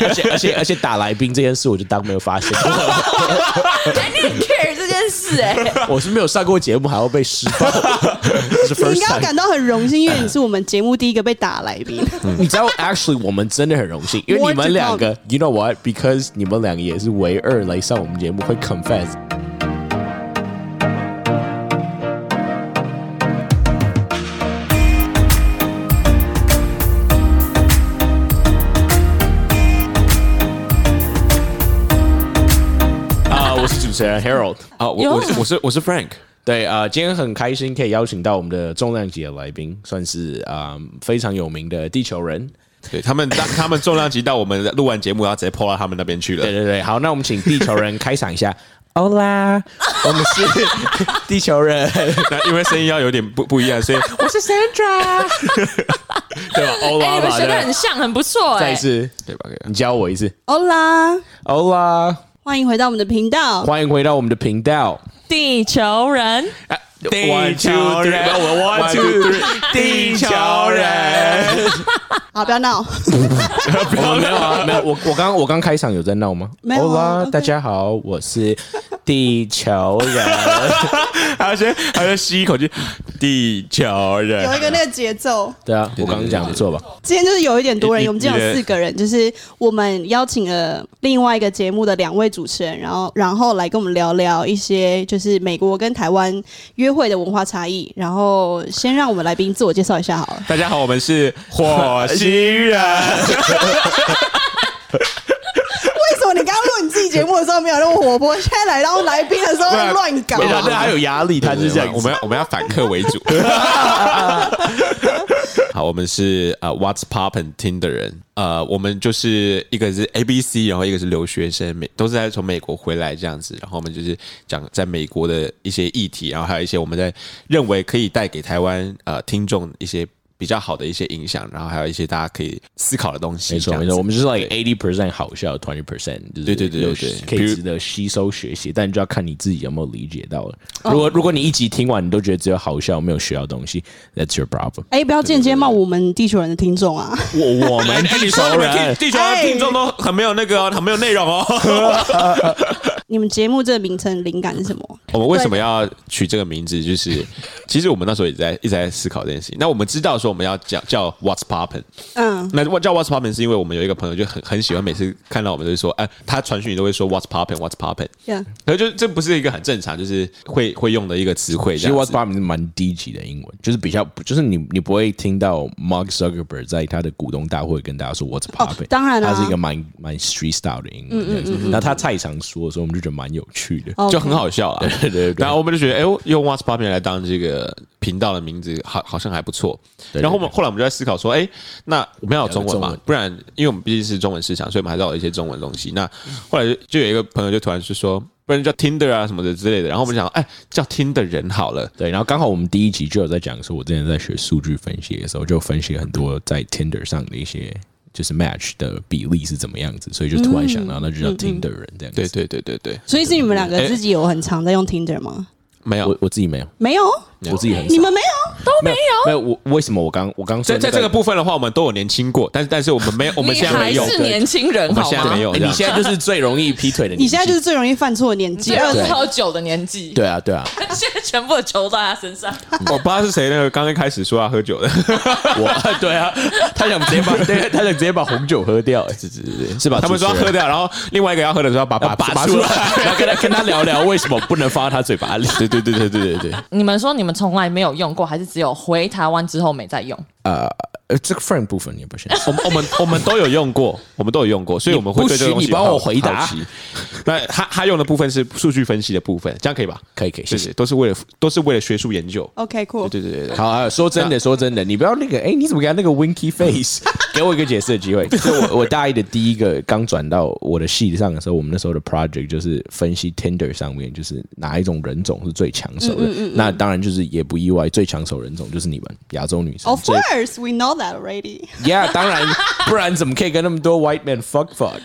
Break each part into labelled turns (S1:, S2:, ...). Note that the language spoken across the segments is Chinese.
S1: 而且而 且而且打来宾这件事，我就当没有 发现过。
S2: I didn't care 这件 事哎、
S1: 我是没有上过节目，还要被施 暴，这是
S3: 你
S1: first
S3: 应该要
S1: time
S3: 感。到很荣幸，因为你是我们节目第一个被打来宾。
S1: 你知道，actually，我们真的很荣幸，因为你们两个，you know what？Because 你们两个也是唯二来上我们节目会 confess。啊，我是主持人 Harold。
S4: 啊，我我是我是我是 Frank，
S1: 对啊、呃今天很开心可以邀请到我们的重量级的来宾，算是啊、呃非常有名的地球人。
S4: 对他们当他们重量级到我们录完节目，然后直接抛到他们那边去了
S1: 对。对对，好，那我们请地球人开场一 下。欧啦，我们是 地球人，
S4: 那因为声音要有点不不一样，所以我是 Sandra，对吧？ 欧
S2: 哎、
S4: 拉
S2: 你们
S4: 嘛，
S2: 学
S4: 对
S2: 的
S4: 吧
S2: 很像，很不错
S1: 再
S2: 哎、
S1: 一次，
S4: 对吧？对
S1: 你教我一次。
S3: 好啦，
S1: 欧啦，
S3: 欢迎回到我们的频道。
S1: 欢迎回到我们的频道。
S2: 地球人，
S1: 地球人
S4: 哦 One, two, three
S1: 地球人，
S3: 好，不要闹。
S1: 我们没有啊，没有。我我刚我刚开场有在闹吗？
S3: 没有
S1: 欧
S3: 啊
S1: 啦，
S3: OK
S1: 大家好，我是地球人。
S4: 还要先还要吸一口气，地球人
S3: 有一个那个节奏，
S1: 对啊，我
S4: 对
S1: 刚刚讲得不错吧？
S3: 今天就是有一点多人，
S4: 你
S3: 我们今天
S4: 你
S3: 有
S4: 的
S3: 四个人，就是我们邀请了另外一个节目的两位主持人，然后然后来跟我们聊聊一些就是美国跟台湾约会的文化差异。然后先让我们来宾自我介绍一下好了。
S4: 大家好，我们是火星人。
S3: 为什么你刚刚录你自己节目的时候没有那么活泼，现在来到来宾的时候
S4: 然
S3: 乱搞？
S1: 啊没有，那还有压力，他是这样子。
S4: 啊我们要我们要反客为 主。好，我们是呃 What's Poppin' 听的人，呃，我们就是一个是 A B C，然后一个是留学生，美都是在从美国回来这样子，然后我们就是讲在美国的一些议题，然后还有一些我们在认为可以带给台湾呃听众一些比较好的一些影响，然后还有一些大家可以思考的东西。
S1: 没错
S4: 这样
S1: 没
S4: 子
S1: 错，我们就是 like eighty percent 好笑，twenty percent 就是
S4: 对对对
S1: 有
S4: 对对
S1: 可
S4: 比
S1: 以
S4: 如
S1: 值得吸收学习，但就要看你自己有没有理解到了。
S3: 哦
S1: 如果如果你一集听完你都觉得只有好笑，没有学到东西，that's your problem。
S3: 哎、不要间接骂我们地球人的听众啊！
S1: 我我
S4: 哎
S1: 们
S4: 哎
S1: 地
S4: 你说
S1: 球
S4: 我们听
S1: 人，
S4: 地球人
S3: 哎
S4: 听众都很没有那个哦，很没有内容哦。
S3: 你们节目这个名称灵感是什么？
S4: 哦我们为什么要取这个名字？就是 其实我们那时候也在一直在思考这件事情。那我们知道说我们要叫叫 What's Poppin，
S3: 嗯，
S4: 那叫 What's Poppin 是因为我们有一个朋友就很很喜欢，每次看到我们就会说，哎、他传讯你都会说 What's Poppin，What's Poppin。
S3: Yeah
S4: 可是就这不是一个很正常，就是会会用的一个词汇。
S1: 其
S4: 这
S1: 实
S4: 样
S1: What's
S4: 子
S1: p o p 是蛮低级的英文，就是比较就是你你不会听到 Mark Zuckerberg 在他的股东大会跟大家说 What's p o p
S3: 哦当然啦嗯
S1: 他是一个蛮蛮 street style 的英文这样子。然后他太常说，所以我们就觉得蛮有趣的。
S3: OK
S4: 就很好笑啊啦。
S1: 哦对对对
S4: 然后我们就觉得，哎、用 What's Poppin 来当这个频道的名字，好好像还不错。
S1: 对
S4: 然后我们后来我们就在思考说，哎、那我们要有中文
S1: 要有中
S4: 嘛？
S1: 文
S4: 不然，因为我们毕竟是中文市场，所以我们还是要有一些中文东西。那后来就就有一个朋友就突然就说，不然叫 Tinder 啊什么的之类的。然后我们就想，哎、叫 Tinder 人好了。
S1: 对，然后刚好我们第一集就有在讲说，我之前在学数据分析的时候，就分析很多在 Tinder 上的一些就是 match 的比例是怎么样子，所以就突然想
S3: 嗯
S1: 到，那就叫 Tinder 人这样子。
S4: 对对对对对，
S3: 所以是你们两个自己有很常在用 Tinder 吗？
S4: 没有
S1: 我。我自己没有，
S3: 没有，
S1: 我自己很
S3: 你
S1: 少。
S3: 们没有，都
S1: 没有没有，我为什么我刚我刚说
S4: 在在
S1: 那
S4: 这个部分的话，我们都有年轻过，但是但是我们没有，我们
S2: 你
S4: 现在
S2: 还
S4: 没有。
S2: 是年轻人
S4: 我们
S2: 好
S4: 现在
S2: 吗
S4: 没？有
S1: 哎
S4: 这样
S1: 你现在就是最容易劈腿的年纪，
S3: 你现在就是最容易犯错的年纪，
S2: 这
S3: 二
S2: 是
S3: 十
S2: 喝酒啊的年纪，
S1: 对啊 对啊，
S2: 现在全部的球都在他身上。
S4: 我不知道是谁那个刚刚开始说要喝 酒的，
S1: 我对啊， 他想直接 把对，他想直接把红酒喝掉，哎是吧？
S4: 他们说要
S1: 主持
S4: 喝
S1: 人
S4: 掉，然后另外一个要喝的时候要把把
S1: 拔
S4: 拔
S1: 出
S4: 出
S1: 来
S4: 来。，
S1: 然后跟他跟他聊聊为什么不能放到他嘴巴里。
S4: 对对对对对对对。
S2: 你们说你们从来没有用过，还是只有回台湾之后没再用？
S1: 呃，这个 friend 部分你也不行。
S4: 我们我们我们都有用过，我们都有用过， 所以我们会对这个东西
S1: 你不许你帮我
S4: 好
S1: 回答
S4: 好奇那他他用的部分是数据分析的部分，这样可以吧？
S1: 可以可以
S4: 对
S1: 谢谢
S4: 对都是为了都是为了学术研究。
S3: OK，酷、
S4: 对对对对对。
S1: 好、啊，说真的，说真的，你不要那个，哎、你怎么给他那个 winky face？给 我一个解释的机会。就是我我大一的第一个刚转到我的系上的时候，我们那时候的 project 就是分析 Tinder 上面就是哪一种人种是最抢手的。
S4: 嗯
S1: 那当然就是也不意外，最抢手人种就是你们亚洲女生。
S3: o f
S1: 所以
S3: course, we know that already。
S1: Yeah，当然，不然怎么可以跟那么多 white man fuck fuck？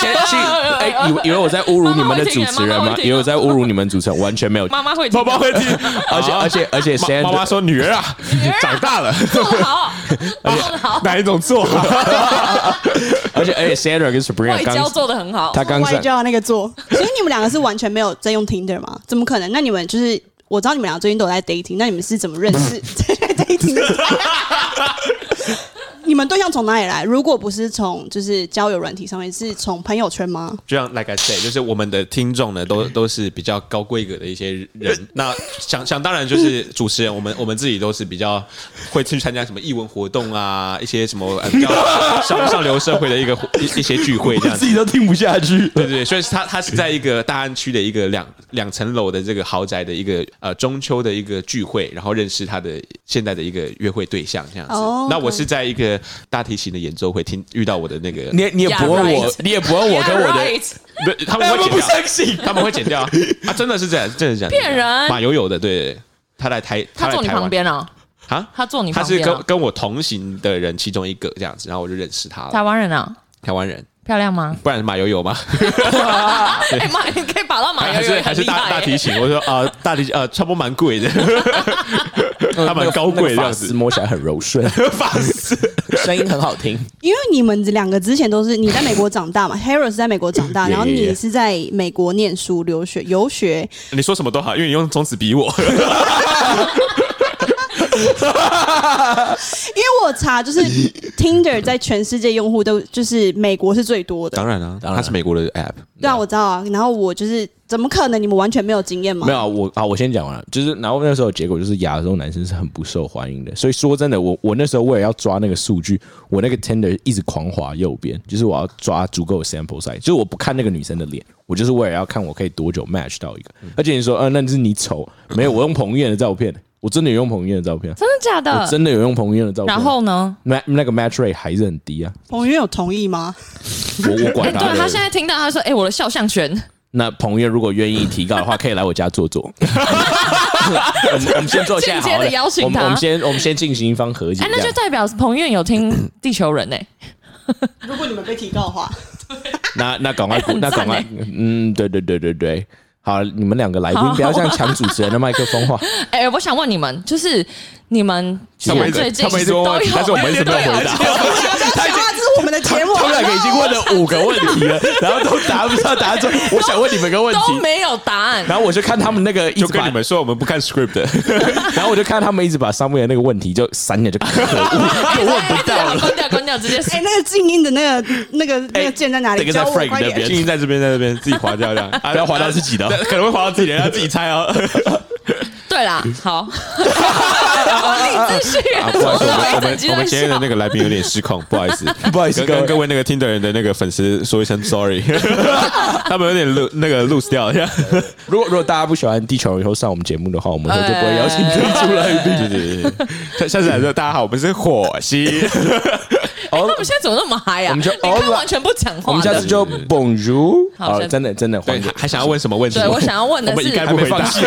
S1: 先去哎、以为以为我在侮辱你们的主持人
S2: 妈妈
S1: 吗
S2: 会？听的
S1: 以为我在侮辱你们主持人，完全没有。
S2: 妈妈会听
S4: 妈
S2: 的，
S4: 妈会 听，
S1: 而且而且而且
S4: 妈
S1: 哦 Sandra，
S4: 妈妈说女儿啊啊，长大了，
S2: 做得好，做得好。
S4: 哪一种做？
S1: 而且而且 Sandra 跟 Sabrina
S2: 外交
S1: 刚
S2: 做的很好，
S1: 他刚
S3: 外
S1: 上
S3: 交那个做，所以你们两个是完全没有在用 Tinder 吗？怎么可能？那你们就是我知道你们俩最近都有在 dating，那你们是怎么认识在 dating 的？你们对象从哪里来？如果不是从就是交友软体上面，是从朋友圈吗？
S4: 就像 like I say，就是我们的听众呢，都都是比较高规格的一些人。那想想当然就是主持人，我们我们自己都是比较会去参加什么艺文活动啊，一些什么、呃、比较上上流社会的一个活一一些聚会这样子
S1: 自。己都听不下去。
S4: 对对，对所以他他是在一个大安区的一个两两层楼的这个豪宅的一个呃中秋的一个聚会，然后认识他的现在的一个约会对象这样子。
S3: 哦
S4: 那
S3: OK
S4: 我是在一个大提琴的演奏会听遇到我的那个，
S1: 你也你也不问
S2: Yeah,
S1: 我
S2: right.，
S1: 你也不问我跟我
S2: Yeah,
S1: 的，
S2: right.
S4: 不是他们会
S1: 哎我
S4: 剪
S1: 不
S4: 掉，
S1: 相信。
S4: 他们会剪掉啊，真的是这样，真的是这样，
S2: 骗人
S4: 马友友的，对，他来台，
S2: 他
S4: 来
S2: 坐你
S4: 台湾
S2: 旁边啊，
S4: 啊，
S2: 他坐你
S4: 他
S2: 旁
S4: 是
S2: 边
S4: 跟
S2: 啊，
S4: 跟我同行的人其中一个这样子，然后我就认识他
S2: 台
S4: 了，
S2: 湾人啊，
S4: 台湾人，
S2: 漂亮吗？
S4: 不然是马友友吗？
S2: 哎妈，你可以把到马
S4: 还
S2: 友
S4: 是
S2: 友，
S4: 还是大大提琴，我说啊、呃大提呃，差不多蛮贵 的，他蛮高贵这样 子，
S1: 摸起来很柔顺，
S4: 发丝
S1: 声音很好听。
S3: 因为你们两个之前都是你在美国长大 嘛，Harris 在美国长大，
S1: Yeah,
S3: 然后你
S1: yeah.
S3: 是在美国念书、留学、游学，
S4: 你说什么都好，因为你用中指比我，
S3: 因为我查就是 Tinder 在全世界用户都就是美国是最多的，
S4: 当然啊，
S1: 当然
S4: 他是美国的 app，
S3: 对啊，我知道啊。然后我就是怎么可能你们完全没有经验吗？
S1: 没有啊我啊，我先讲完了，就是然后那时候的结果就是亚洲男生是很不受欢迎的，所以说真的，我我那时候为了要抓那个数据，我那个 Tinder 一直狂滑右边，就是我要抓足够的 sample size，就是我不看那个女生的脸，我就是为了要看我可以多久 match 到一个。
S2: 嗯
S1: 而且你说，呃，那是你丑，没有，我用彭于晏的照片，我真的有用彭于晏的照片，
S2: 真的假
S1: 我
S2: 的？
S1: 真的有用彭于晏的照片。
S2: 然后呢？
S1: 那那个 match rate 还是很低啊，
S3: 彭于晏有同意吗？
S1: 我我管
S2: 哎对啊
S1: 他的。
S2: 他现在听到他说：“哎，我的肖像权，
S1: 那彭越如果愿意提高的话，可以来我家坐坐。 我们我们先坐下好
S2: 间接
S1: 了
S2: 地邀请他
S1: 我们我们先我们先进行一方和解。
S2: 哎，那
S1: 这
S2: 就
S1: 样
S2: 代表彭于晏有 听地球人哎，
S3: 如果你们被提告 的话，
S1: 那那赶快
S2: 哎很
S1: 那
S2: 赞
S1: 赶快
S2: 哎，
S1: 嗯，对对对对对。好，你们两个来宾
S2: 好
S1: 不要这样抢主持人的麦克风话。
S2: 哎，我想问你们，就是你们
S4: 他们一直
S2: 最近
S4: 他们一直
S2: 都
S4: 问
S2: 有
S4: 问题，但是我们一直没有回答。
S3: 讲话这是我们的节目
S1: 他
S3: 啊，
S1: 们两个已经问了五个问题 了，然后都答不上答案。之后我想问你们个问
S2: 都
S1: 题，
S2: 没有答 案。
S1: 然后我就看他们那个一
S4: 就
S1: 直
S4: 跟
S1: 把
S4: 你们说，我们不看 script 的，
S1: 然后我就看他们一直把上面的那个问题就删了，就可 恶，又问不到了。
S2: 关掉，关掉，直接
S3: 哎，那个静音的那个那个那个键在哪
S1: 这
S3: 里？
S1: 哎个在
S3: 教我
S1: Frank
S2: 哎
S3: 快
S1: 那边
S3: 点。
S4: 静音在这边，在这边自己划掉这样，啊
S1: 不要划到自己的哦
S4: 但 可能会划到自己的，要自己猜哦。
S2: 对啦， 好，你继续
S4: 啊，不好意思，我们我们
S2: 集
S4: 我们今天的那
S2: 个
S4: 个来宾有点失控，不好意思，
S1: 不好意思
S4: 跟
S1: 各
S4: 跟
S1: 位
S4: 各位那个听的人的那个粉丝说一声 sorry，他们有点 lo 那个 lose 掉，对
S1: 如果如果大家不喜欢地球人以后上我们节目的话，我们以后就不会邀请你们出来宾。
S4: 对对对对，下次来说大家好，我们是火星，
S1: 哦
S2: 他们现在怎么那么嗨啊？
S1: 我们就
S2: 你
S4: 哦
S2: 看完全不讲
S1: 我
S2: 话
S1: 们下
S2: 的
S1: 次。就 Bonjour，
S2: 好
S1: 好，
S2: 先
S1: 真的真的
S4: 对
S1: 还给，
S4: 还想要问什么问题？
S2: 对我想要问的
S4: 我们
S2: 是
S4: 一概不回
S1: 还没
S4: 答
S1: 放。弃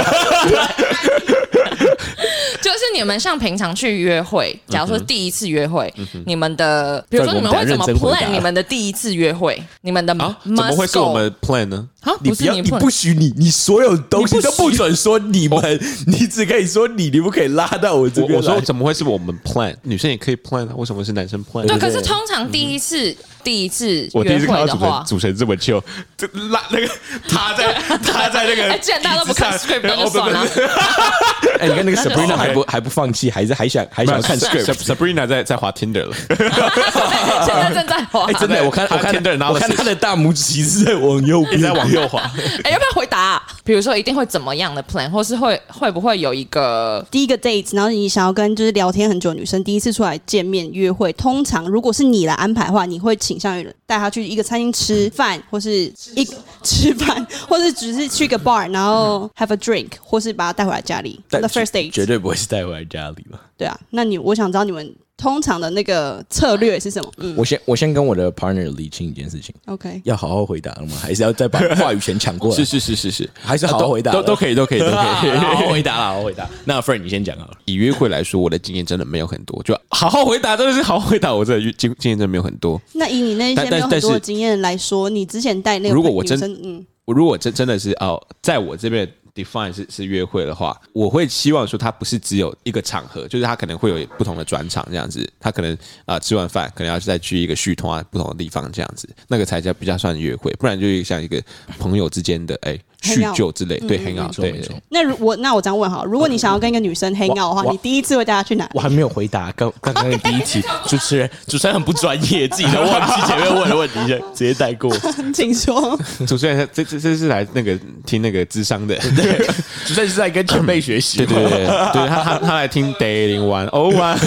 S2: 就是你们像平常去约
S4: 嗯
S2: 会，假如说第一次约会，你们的比如说
S1: 对
S2: 你们
S1: 我
S2: 会
S1: 们
S2: 怎么
S1: 认真回答
S2: plan 你们的第一次约会？你们的
S4: 啊，怎么
S2: must
S4: 会是
S2: go
S4: 我们 plan 呢？
S2: 啊？
S1: 你
S2: 不
S1: 不
S2: 是
S1: 要，
S2: 你
S1: 你不许你，你所有东西
S2: 你不
S1: 都
S2: 许
S1: 不准说你们，你只可以说你，你不可以拉到我这
S4: 我
S1: 边
S4: 我说
S1: 来。
S4: 怎么会是我们 plan？女生也可以 plan 啊，为什么是男生 plan？
S1: 对
S2: 对，可是通常第一次第一次
S4: 我第
S2: 约
S4: 一次看
S2: 会
S4: 到
S2: 的
S4: 主持人
S2: 话，
S4: 主持人这么 旧，这拉那个他在 他在那个
S2: 哎，
S4: 椅子上，
S2: 既然大家都不看 script，那就算了
S4: 哦。不不不
S1: 哎，你看那个
S2: 那就
S1: Sabrina 还不
S4: 哦
S1: 还不放弃，还是还想还
S4: 没
S1: 想
S4: 有
S1: 要看 script。
S4: Sabrina 在在滑 Tinder 了，
S2: 现在正在滑
S1: 哎，，真的，我看
S4: 他
S1: 我看
S4: Tinder
S1: 我看
S4: analysis
S1: 他的大拇指是在往右
S4: 一
S1: 边，
S4: 直在往右 滑。
S2: 哎，要不要回答啊？比如说一定会怎么样的 plan，或是会会不会有一个
S3: 第一个 date，然后你想要跟就是聊天很久的女生第一次出来见面约会，通常如果是你来安排的话，你会倾向于带她去一个餐厅吃饭，或是一 吃饭，或是只是去一个 bar，然后 have a drink，或是把她带回来家里。
S1: 但
S3: The first
S1: 绝
S3: date，
S1: 绝对不会是带回来家里了。
S3: 对啊，那你我想知道你们通常的那个策略是什么？嗯
S1: 我先我先跟我的 partner 理清一件事情，
S3: ，OK，
S1: 要好好回答了吗？还是要再把话语权抢过来？
S4: 是是是是，
S1: 还是好好回答
S4: 都都可以都可以都可以。
S1: 好好回答啦，好好回答。那 Frank 你先讲好了。
S4: 以约会来说，我的经验真的没有很多，就好好回答，真的是好好回答，我这经经验真的没有很多。
S3: 那以你那些
S4: 但
S3: 没有
S4: 但但
S3: 很
S4: 是
S3: 多的经验来说，你之前带那个
S4: 如果我
S3: 女
S4: 真
S3: 生，嗯，
S4: 我如果真真的是哦，在我这边 define 是是约会的话，我会期望说它不是只有一个场合，就是它可能会有不同的转场这样子，它可能啊、吃完饭可能要再去一个续通啊不同的地方这样子，那个才叫比较算约会，不然就像一个朋友之间的哎、叙
S3: Hang out
S4: 旧之类，对
S3: 嗯
S4: hang out
S1: 没错
S4: 对
S1: 没错
S4: 对
S3: 那如我那我这样问好，如果你想要跟一个女生 hang out 的话，
S1: 我
S3: 你第一次会带她去哪？
S1: 我还没有回答刚刚刚的第一题，主持人主持人很不专业，自己都忘记前面问的问题，直接带过。
S3: 请说。
S4: 主持人这这这是来那个听那个智商的，
S1: 主持人是在跟前辈学习，
S4: 对对对对，对他他他来听 day 零 one o one，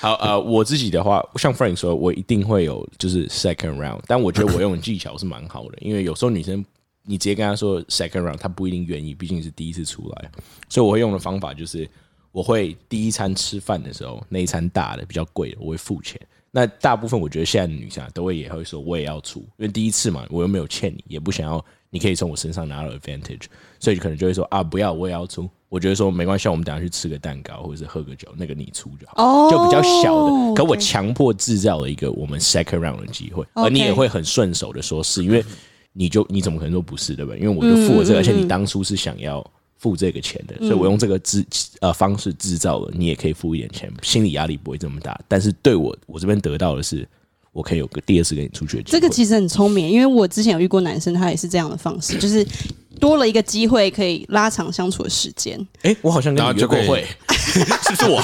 S1: 好，呃，我自己的话，像 Frank 说，我一定会有就是 second round，但我觉得我用的技巧是蛮好的，因为有时候女生你直接跟她说 second round，她不一定愿意，毕竟是第一次出来，所以我会用的方法就是，我会第一餐吃饭的时候，那一餐大的比较贵的，我会付钱。那大部分我觉得现在的女生啊都会也会说我也要出，因为第一次嘛，我又没有欠你，也不想要你可以从我身上拿到 advantage，所以可能就会说啊不要我也要出。我觉得说没关系，我们等一下去吃个蛋糕或者是喝个酒，那个你出就好，
S3: 哦
S1: 就比较小的。可我
S3: OK
S1: 强迫制造了一个我们 second round 的机会，而
S3: OK 嗯
S1: 你也会很顺手的说是，因为你就你怎么可能说不是对不对？因为我就付了这个，而且你当初是想要付这个钱的，所
S3: 嗯
S1: 以我用这个制呃方式制造了，你也可以付一点钱，心理压力不会这么大。但是对我我这边得到的是，我可以有个第二次跟你出去的机
S3: 这
S1: 会。
S3: 个其实很聪明，因为我之前有遇过男生，他也是这样的方式，就是多了一个机会可以拉长相处的时间。
S1: 哎、我好像跟
S4: 然后
S1: 你约
S4: 就
S1: 过
S4: 可以
S1: 会， 是不是我？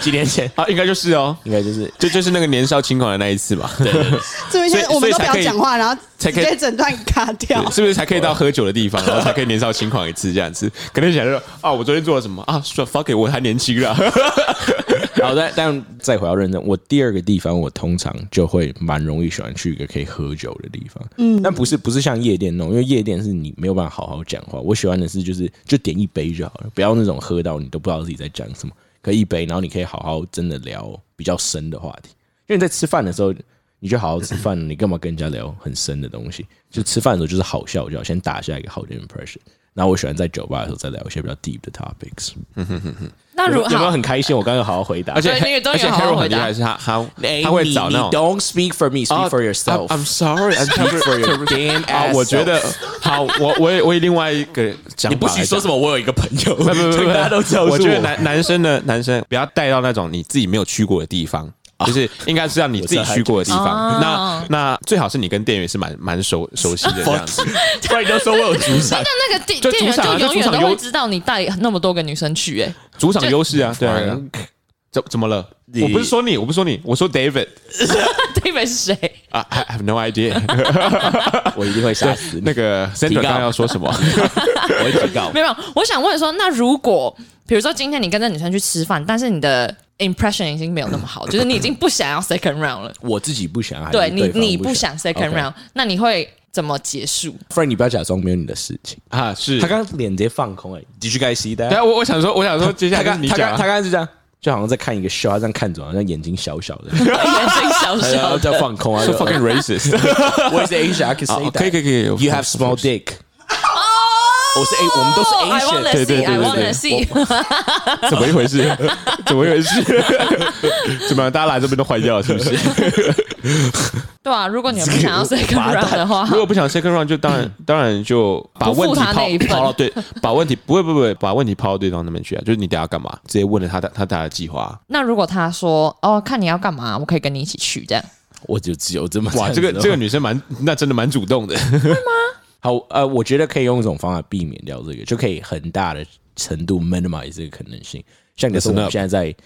S1: 几年前
S4: 啊，应该就是哦，
S1: 应该就是
S4: 就就是那个年少轻狂的那一次吧，对，
S3: 这边现在
S4: 所以
S3: 我们都
S4: 所
S3: 不
S4: 以才
S3: 要
S4: 可以
S3: 讲话，然后直
S4: 才可以
S3: 接整段卡掉。
S4: 是不是才可以到喝酒的地方，然后才可以年少轻狂一次这样子？可能想说啊，我昨天做了什么啊？算 fuck it，我还 年轻啦。啊
S1: 好，但但再回到认真，我第二个地方，我通常就会蛮容易喜欢去一个可以喝酒的地方。嗯，但不是不是像夜店那种，因为夜店是你没有办法好好讲话。我喜欢的是就是就点一杯就好了，不要那种喝到你都不知道自己在讲什么，可以一杯，然后你可以好好真的聊比较深的话题。因为你在吃饭的时候，你就好好吃饭，你干嘛跟人家聊很深的东西？就吃饭的时候就是好笑就好，先打下一个好的 impression。然后我喜欢在酒吧的时候再聊一些比较 deep 的 topics。
S2: 那如
S1: 有
S2: 好
S1: 没有很开心？我刚刚好好回答，
S4: 而且
S2: 对那个都有
S4: 而且
S2: 好好
S4: Carol
S2: 回
S4: 很厉
S2: 答
S4: 害，是他他
S1: 哎
S4: 他会
S1: 你
S4: 找那
S1: 你
S4: 种。啊
S1: Don't speak for me, speak for yourself.
S4: I'm sorry, I'm
S1: Speak for your damn
S4: 啊
S1: ass。
S4: 我觉得好，我我也我以另外一个讲法来讲，
S1: 你不许说什么，我有一个朋友，
S4: 不不不不，
S1: 大家都知道是
S4: 我觉得 男男生的男生不要带到那种你自己没有去过的地方。
S1: 啊
S4: 就是应该是让你自己去过的地方，那那最好是你跟店员是蛮蛮熟熟悉的这
S1: 啊
S4: 样子。
S1: 突然就说我有主场，
S2: 那个店
S4: 就
S2: 店员
S4: 主场
S2: 就
S4: 啊
S2: 永远
S4: 就主
S2: 都
S4: 场有
S2: 会知道你带那么多个女生去， 哎，
S4: 主场优势啊，对啊。对啊
S1: Frank
S4: 怎怎么了？我不是说你，我不是说你，我说 David
S2: 对面是谁？
S4: 啊，I have no idea。
S1: 我一定会杀死你。
S4: 那个 Sandra
S1: 提告
S4: 刚刚要说什 么？
S1: 我会警告
S2: 没，有，我想问说，那如果比如说今天你跟这女生去吃饭，但是你的 impression 已经没有那么好，就是你已经不想要 second round 了，
S1: 我自己不想，还是
S2: 对你
S1: 方
S2: 你
S1: 不
S2: 不想 second round，那你会怎么结 束？
S1: 不然你不要假装没有你的事情。
S4: 啊，是
S1: 他刚刚脸直接放空，哎，Did you guys see
S4: 等
S1: that？
S4: 下我我想说，我想说，接下
S1: 他
S4: 来
S1: 刚
S4: 就是你
S1: 他
S4: 讲
S1: 刚他
S4: 啊。
S1: 刚刚是这样，就好像在看一个 show，他这样看着，好像眼睛小小的，
S2: 眼睛小
S1: 然
S2: 小
S1: 后
S2: 的，
S1: 在放空啊。
S4: So fucking racist。 Uh,
S1: 我是 Asia，I can say
S4: 哦
S1: that。
S4: 可以可以可以
S1: You have small dick。我 Oh, 是 A，我们都是
S2: Oh! 哦 I
S1: Asian。
S2: wanna
S4: 对对
S2: see,
S4: 对
S2: I
S4: 对
S2: wanna
S4: 对
S2: see。
S4: 怎么一回事？ 怎么一回事？ 怎么样？大家来这边都坏掉了，是 不是？
S2: 对啊，如果你们不想要 second round 的话
S4: 如，果不想 second round，就当然当然就把问
S2: 不
S4: 题
S2: 付他那一份
S4: 抛抛到对，把问题不会不会不会把问题抛到对方那边去啊！就是你等下干嘛？直接问了他的他他的计划啊。
S2: 那如果他说哦，看你要干嘛，我可以跟你一起去这样。
S1: 我就只有这么
S4: 哇，
S1: 这样
S4: 这个
S1: 子的
S4: 这个
S1: 话
S4: 女生蛮那真的蛮主动的。
S1: 好呃，我觉得可以用一种方法避免掉这个，就可以很大的程度 minimize 这个可能性。像假设我
S4: Listen
S1: 们
S4: up
S1: 现在在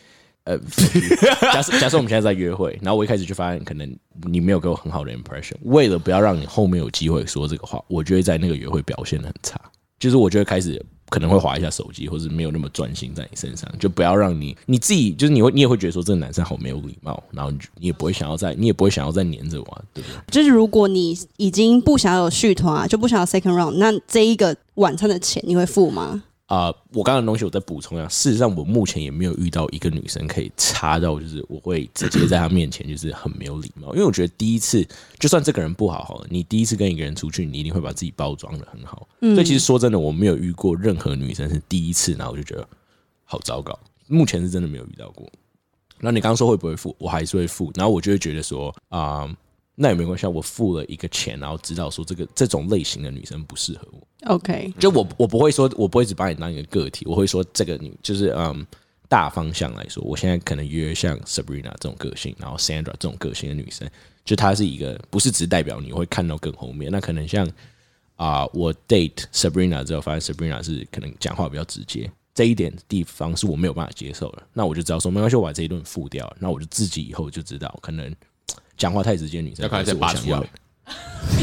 S1: 呃， 假设假设我们现在在约会，然后我一开始就发现可能你没有给我很好的 impression，为了不要让你后面有机会说这个话，我就会在那个约会表现的很差，就是我就会开始。可能会划一下手机，或是没有那么专心在你身上，就不要让你你自己就是你会你也会觉得说这个男生好没有礼貌，然后你就你也不会想要再你也不会想要再黏着我啊、对不对？
S3: 就是如果你已经不想要有续团啊，就不想要 second round，那这一个晚餐的钱你会付吗？
S1: 啊、我刚刚的东西我再补充一下，事实上我目前也没有遇到一个女生可以差到，就是我会直接在她面前就是很没有礼貌，因为我觉得第一次就算这个人不好好了，你第一次跟一个人出去，你一定会把自己包装的很好，所以其实说真的，我没有遇过任何女生是第一次，然后我就觉得好糟糕，目前是真的没有遇到过。那你刚刚说会不会付？我还是会付，然后我就会觉得说啊、那也没关系，啊，我付了一个钱，然后知道说这个这种类型的女生不适合我。
S3: OK，
S1: 就我我不会说，我不会只把你当一个个体，我会说这个女就是嗯大方向来说，我现在可能约像 Sabrina 这种个性，然后 Sandra 这种个性的女生，就她是一个不是只代表你会看到更后面，那可能像啊、我 date Sabrina 之后，发现 Sabrina 是可能讲话比较直接，这一点地方是我没有办法接受的，那我就知道说没关系，我把这一顿付掉，那我就自己以后就知道可能。讲话太直接，的女生
S4: 要开始
S1: 不是我
S4: 拔
S1: 想
S4: 出
S1: 要
S4: 来
S1: 的。哎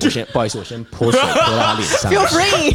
S1: 我先不好意思，我先泼水泼到她脸上。
S3: feel free，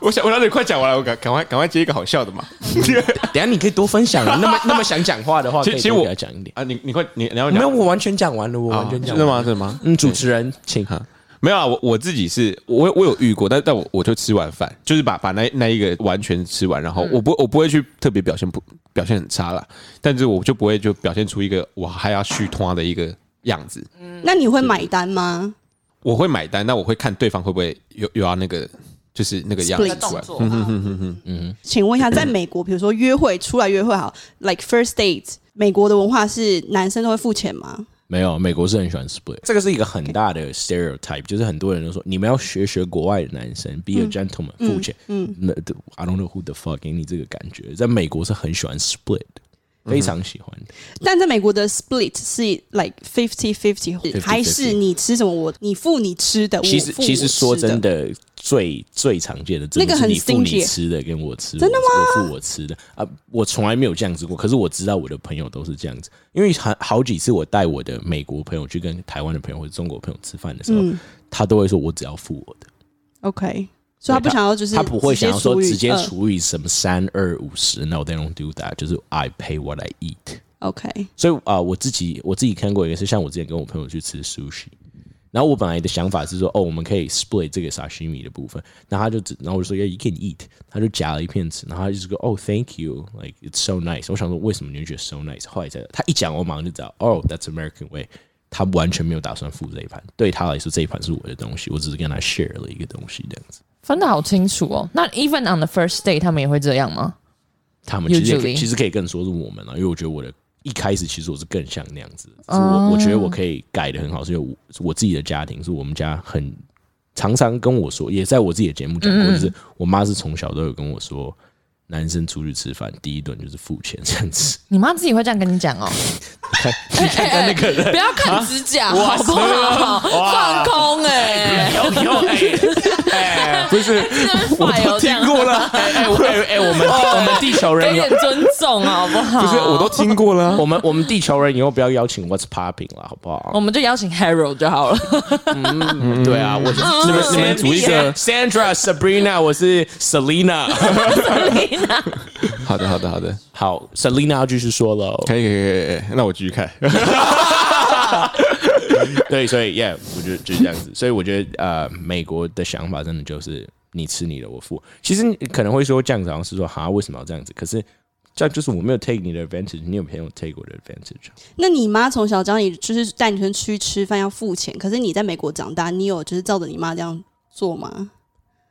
S4: 我想，我让你快讲完了，我赶赶快赶快接一个好笑的嘛。
S1: 等一下你可以多分享啊，那么那么想讲话的话，
S4: 其
S1: 可
S4: 实
S1: 以
S4: 其实
S1: 多
S4: 我
S1: 给他讲一点。
S4: 啊，你你快你你要
S1: 没
S4: 讲
S1: 有，我完全讲完了，我
S4: 啊
S1: 完全讲
S4: 真
S1: 完了
S4: 的吗？真的吗？
S1: 嗯，主持人，请。
S4: 哈，没有啊，我我自己是我我有遇过，但但我我就吃完饭，就是把把那那一个完全吃完，然后
S1: 嗯
S4: 我不我不会去特别表现不表现很差啦，但是我就不会就表现出一个我还要续拖的一个样子。
S3: 那你会买单吗？
S4: 我会买单，但我会看对方会不会有有要那个就是那个样
S2: 那
S4: 子
S2: 个
S3: Split
S4: 出
S2: 动
S4: 来。
S2: 作，嗯
S3: 请问一下，在美国，比如说约会出来约会好，like first date，美国的文化是男生都会付钱吗？
S1: 没有，美国是很喜欢 split，这个是一个很大的 stereotype，就是很多人都说你们要学学国外的男生，be a gentleman，付钱。嗯，I don't know who the fuck 给你这个感觉，在美国是很喜欢 split，的非常喜欢的。
S3: 但在美国的 split 是 like fifty fifty，
S1: 50-50
S3: 还是你吃什么我你付你吃的，
S1: 其实
S3: 我付我
S1: 其实说
S3: 吃的
S1: 真的，最最常见的真
S3: 那
S1: 的
S3: 个
S1: 是
S3: 很
S1: 你付你
S3: stingy
S1: 吃的跟我吃，真的吗？我付我吃的啊，我从来没有这样子过。可是我知道我的朋友都是这样子，因为好好几次我带我的美国朋友去跟台湾的朋友或者中国朋友吃饭的时候，
S3: 嗯
S1: 他都会说我只要付我的，
S3: OK，所以他不
S1: 对
S3: 想要就是
S1: 他不会想要说直接
S3: 除以
S1: 除以什么三二五十，no they don't do that，就是 I pay what I eat。
S3: 二 OK，
S1: 所以啊、我自己我自己看过一个是，像我之前跟我朋友去吃 sushi，然后我本来的想法是说，哦，我们可以 split 这个 sashimi 的部分，然后他就只，然后我就说，Yeah，you can eat，他就夹了一片吃，然后他就说，Oh，thank，oh, you，like it's so nice。我想说，为什么你会觉得 so nice？后来才他一讲，我马上就知道，Oh，that's American way。他完全没有打算付这一盘，对他来说这一盘是我的东西，我只是跟他 share 了一个东西这样子。
S2: 分的好清楚哦。那 even on the first day，他们也会这样吗？
S1: 他们其实也
S2: Usually
S1: 其实可以更说是我们啊了，因为我觉得我的一开始其实我是更像那样子的，只是我我觉得我可以改的很好，是因为我是我自己的家庭是我们家很常常跟我说，也在我自己的节目讲过，就是我妈是从小都有跟我说。男生出去吃饭，第一顿就是付钱这样子。
S2: 你妈自己会这样跟你讲哦？
S1: 你看看那个人，
S2: 不要看指甲，好不好？放空哎，
S4: 哎，不是，
S2: 我都
S4: 听过了，
S1: 哎哎我哎哎，我们我们地球
S2: 欸
S1: 人
S2: 给
S1: 有啊
S2: 点尊重好不好？
S4: 不是，我都听过 了。
S1: 我们我们地球人以后不要邀请 What's Popping 了，好不好？
S2: 我们就邀请 Harold 就好了。
S1: 对啊，我你们你们组一个 Sandra、Sabrina，我是 Selina。
S4: 好的，好的，好的，
S1: 好，Selina 要继续说了哦。
S4: 可以，可以，可以可以，那我继续看。
S1: 对，所以 yeah，我觉得就是这样子。所以我觉得呃，美国的想法真的就是你吃你的，我付。其实你可能会说这样子好像是说哈，为什么要这样子？可是这样就是我没有 take 你的 advantage，你有没有 take 我的 advantage？啊
S3: 那你妈从小教你就是带女生出去吃饭要付钱，可是你在美国长大，你有就是照着你妈这样做吗？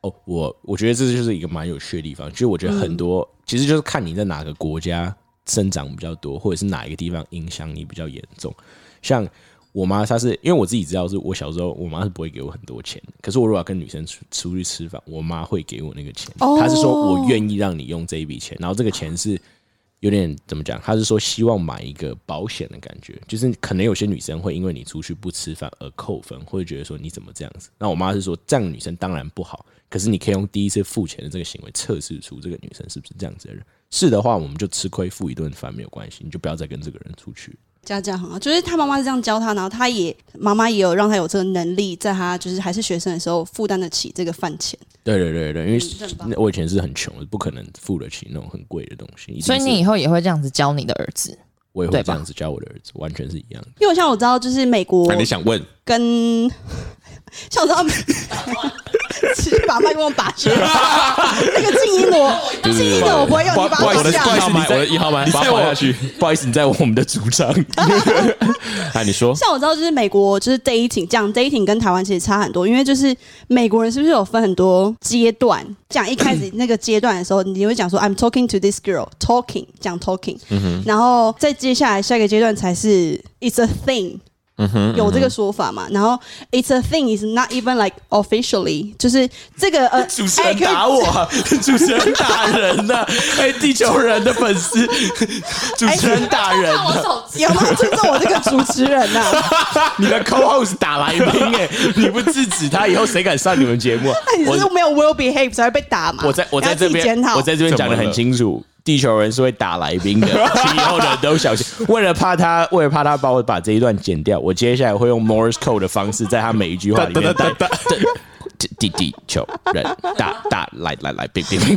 S1: 哦，我我觉得这就是一个蛮有趣的地方，就是我觉得很多、其实就是看你在哪个国家生长比较多，或者是哪一个地方影响你比较严重。像我妈，她是因为我自己知道，是我小时候我妈是不会给我很多钱的，可是我如果要跟女生出出去吃饭，我妈会给我那个钱，
S3: 哦
S1: 她是说我愿意让你用这一笔钱，然后这个钱是。有点怎么讲？她是说希望买一个保险的感觉，就是可能有些女生会因为你出去不吃饭而扣分，会觉得说你怎么这样子。那我妈是说这样的女生当然不好，可是你可以用第一次付钱的这个行为测试出这个女生是不是这样子的人。是的话，我们就吃亏付一顿饭没有关系，你就不要再跟这个人出去。
S3: 家教很好，就是他妈妈是这样教他，然后他也妈妈也有让他有这个能力，在他就是还是学生的时候负担得起这个饭钱。
S1: 对对对对，因为
S3: 嗯正吧
S1: 那我以前是很穷，不可能付得起那种很贵的东西。一定
S2: 所以
S1: 是
S2: 你以后也会这样子教你的儿子。
S1: 我也会
S2: 对
S1: 这
S2: 吧
S1: 样子教我的儿子，完全是一样的。
S3: 因为像我知道，就是美国
S4: 那你想问
S3: 跟像我知道他们 直接把麦克风拔起来， 那个静音的我，静音的我不会用，你把
S1: 不好意
S3: 它
S1: 思
S4: 我
S3: 拔
S4: 的
S1: 一
S4: 一
S3: 下来。
S4: 号
S1: 号麦，
S4: 麦哎我的一号麦，
S1: 你
S4: 把
S1: 在
S4: 它滑
S1: 我
S4: 下去。
S1: 不好意思，你在我们的主场。
S4: 哎，你说
S3: 像我知道，就是美国就是 dating 讲 dating 跟台湾其实差很多，因为就是美国人是不是有分很多阶段？讲一开始那个阶段的时候，你会讲说 I'm talking to this girl talking 讲 talking，、
S1: 嗯
S3: 然后再接下来下一个阶段才是 it's a thing。有
S1: 嗯
S3: 这个说法嘛？然后 it's a thing is not even like officially，就是这个呃，
S1: 主持人
S3: 哎可以
S1: 打我啊，主持人打人呐、哎，地球人的粉丝，主持人打人
S2: 哎看我
S1: 呐、
S2: 手机，
S3: 有没有尊重我这个主持人啊 呐、
S1: 你的 co-host 打来宾哎、你不制止他，以后谁敢上你们节目、啊？
S2: 哎
S3: 那你是
S1: 我
S3: 没有 will behave 才会被打嘛？
S1: 我在我在
S3: 要自
S1: 这
S3: 己
S1: 边
S3: 检，讨
S1: 我在这边讲的很清楚，地球人是会打来宾的，请以后人都小心。为了怕他，为了怕他把我把这一段剪掉，我接下来会用 Morse code 的方式，在他每一句话里面带
S4: 哒哒
S1: 地地地球人打打来来来，别别别。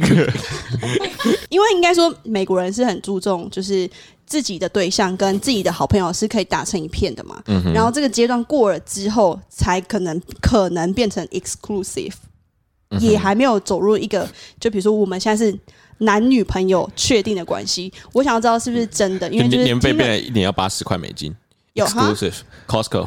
S3: 因为应该说美国人是很注重就是自己的对象跟自己的好朋友是可以打成一片的嘛。
S4: 嗯
S3: 然后这个阶段过了之后，才可能可能变成 exclusive，、也
S4: 嗯
S3: 还没有走入一个就比如说我们现在是。男女朋友确定的关系，我想要知道是不是真的，因为
S4: 年
S3: 就是
S4: 年费
S3: 听了
S4: 变成一年要八十块美金
S3: 有哈，
S4: ，exclusive Costco。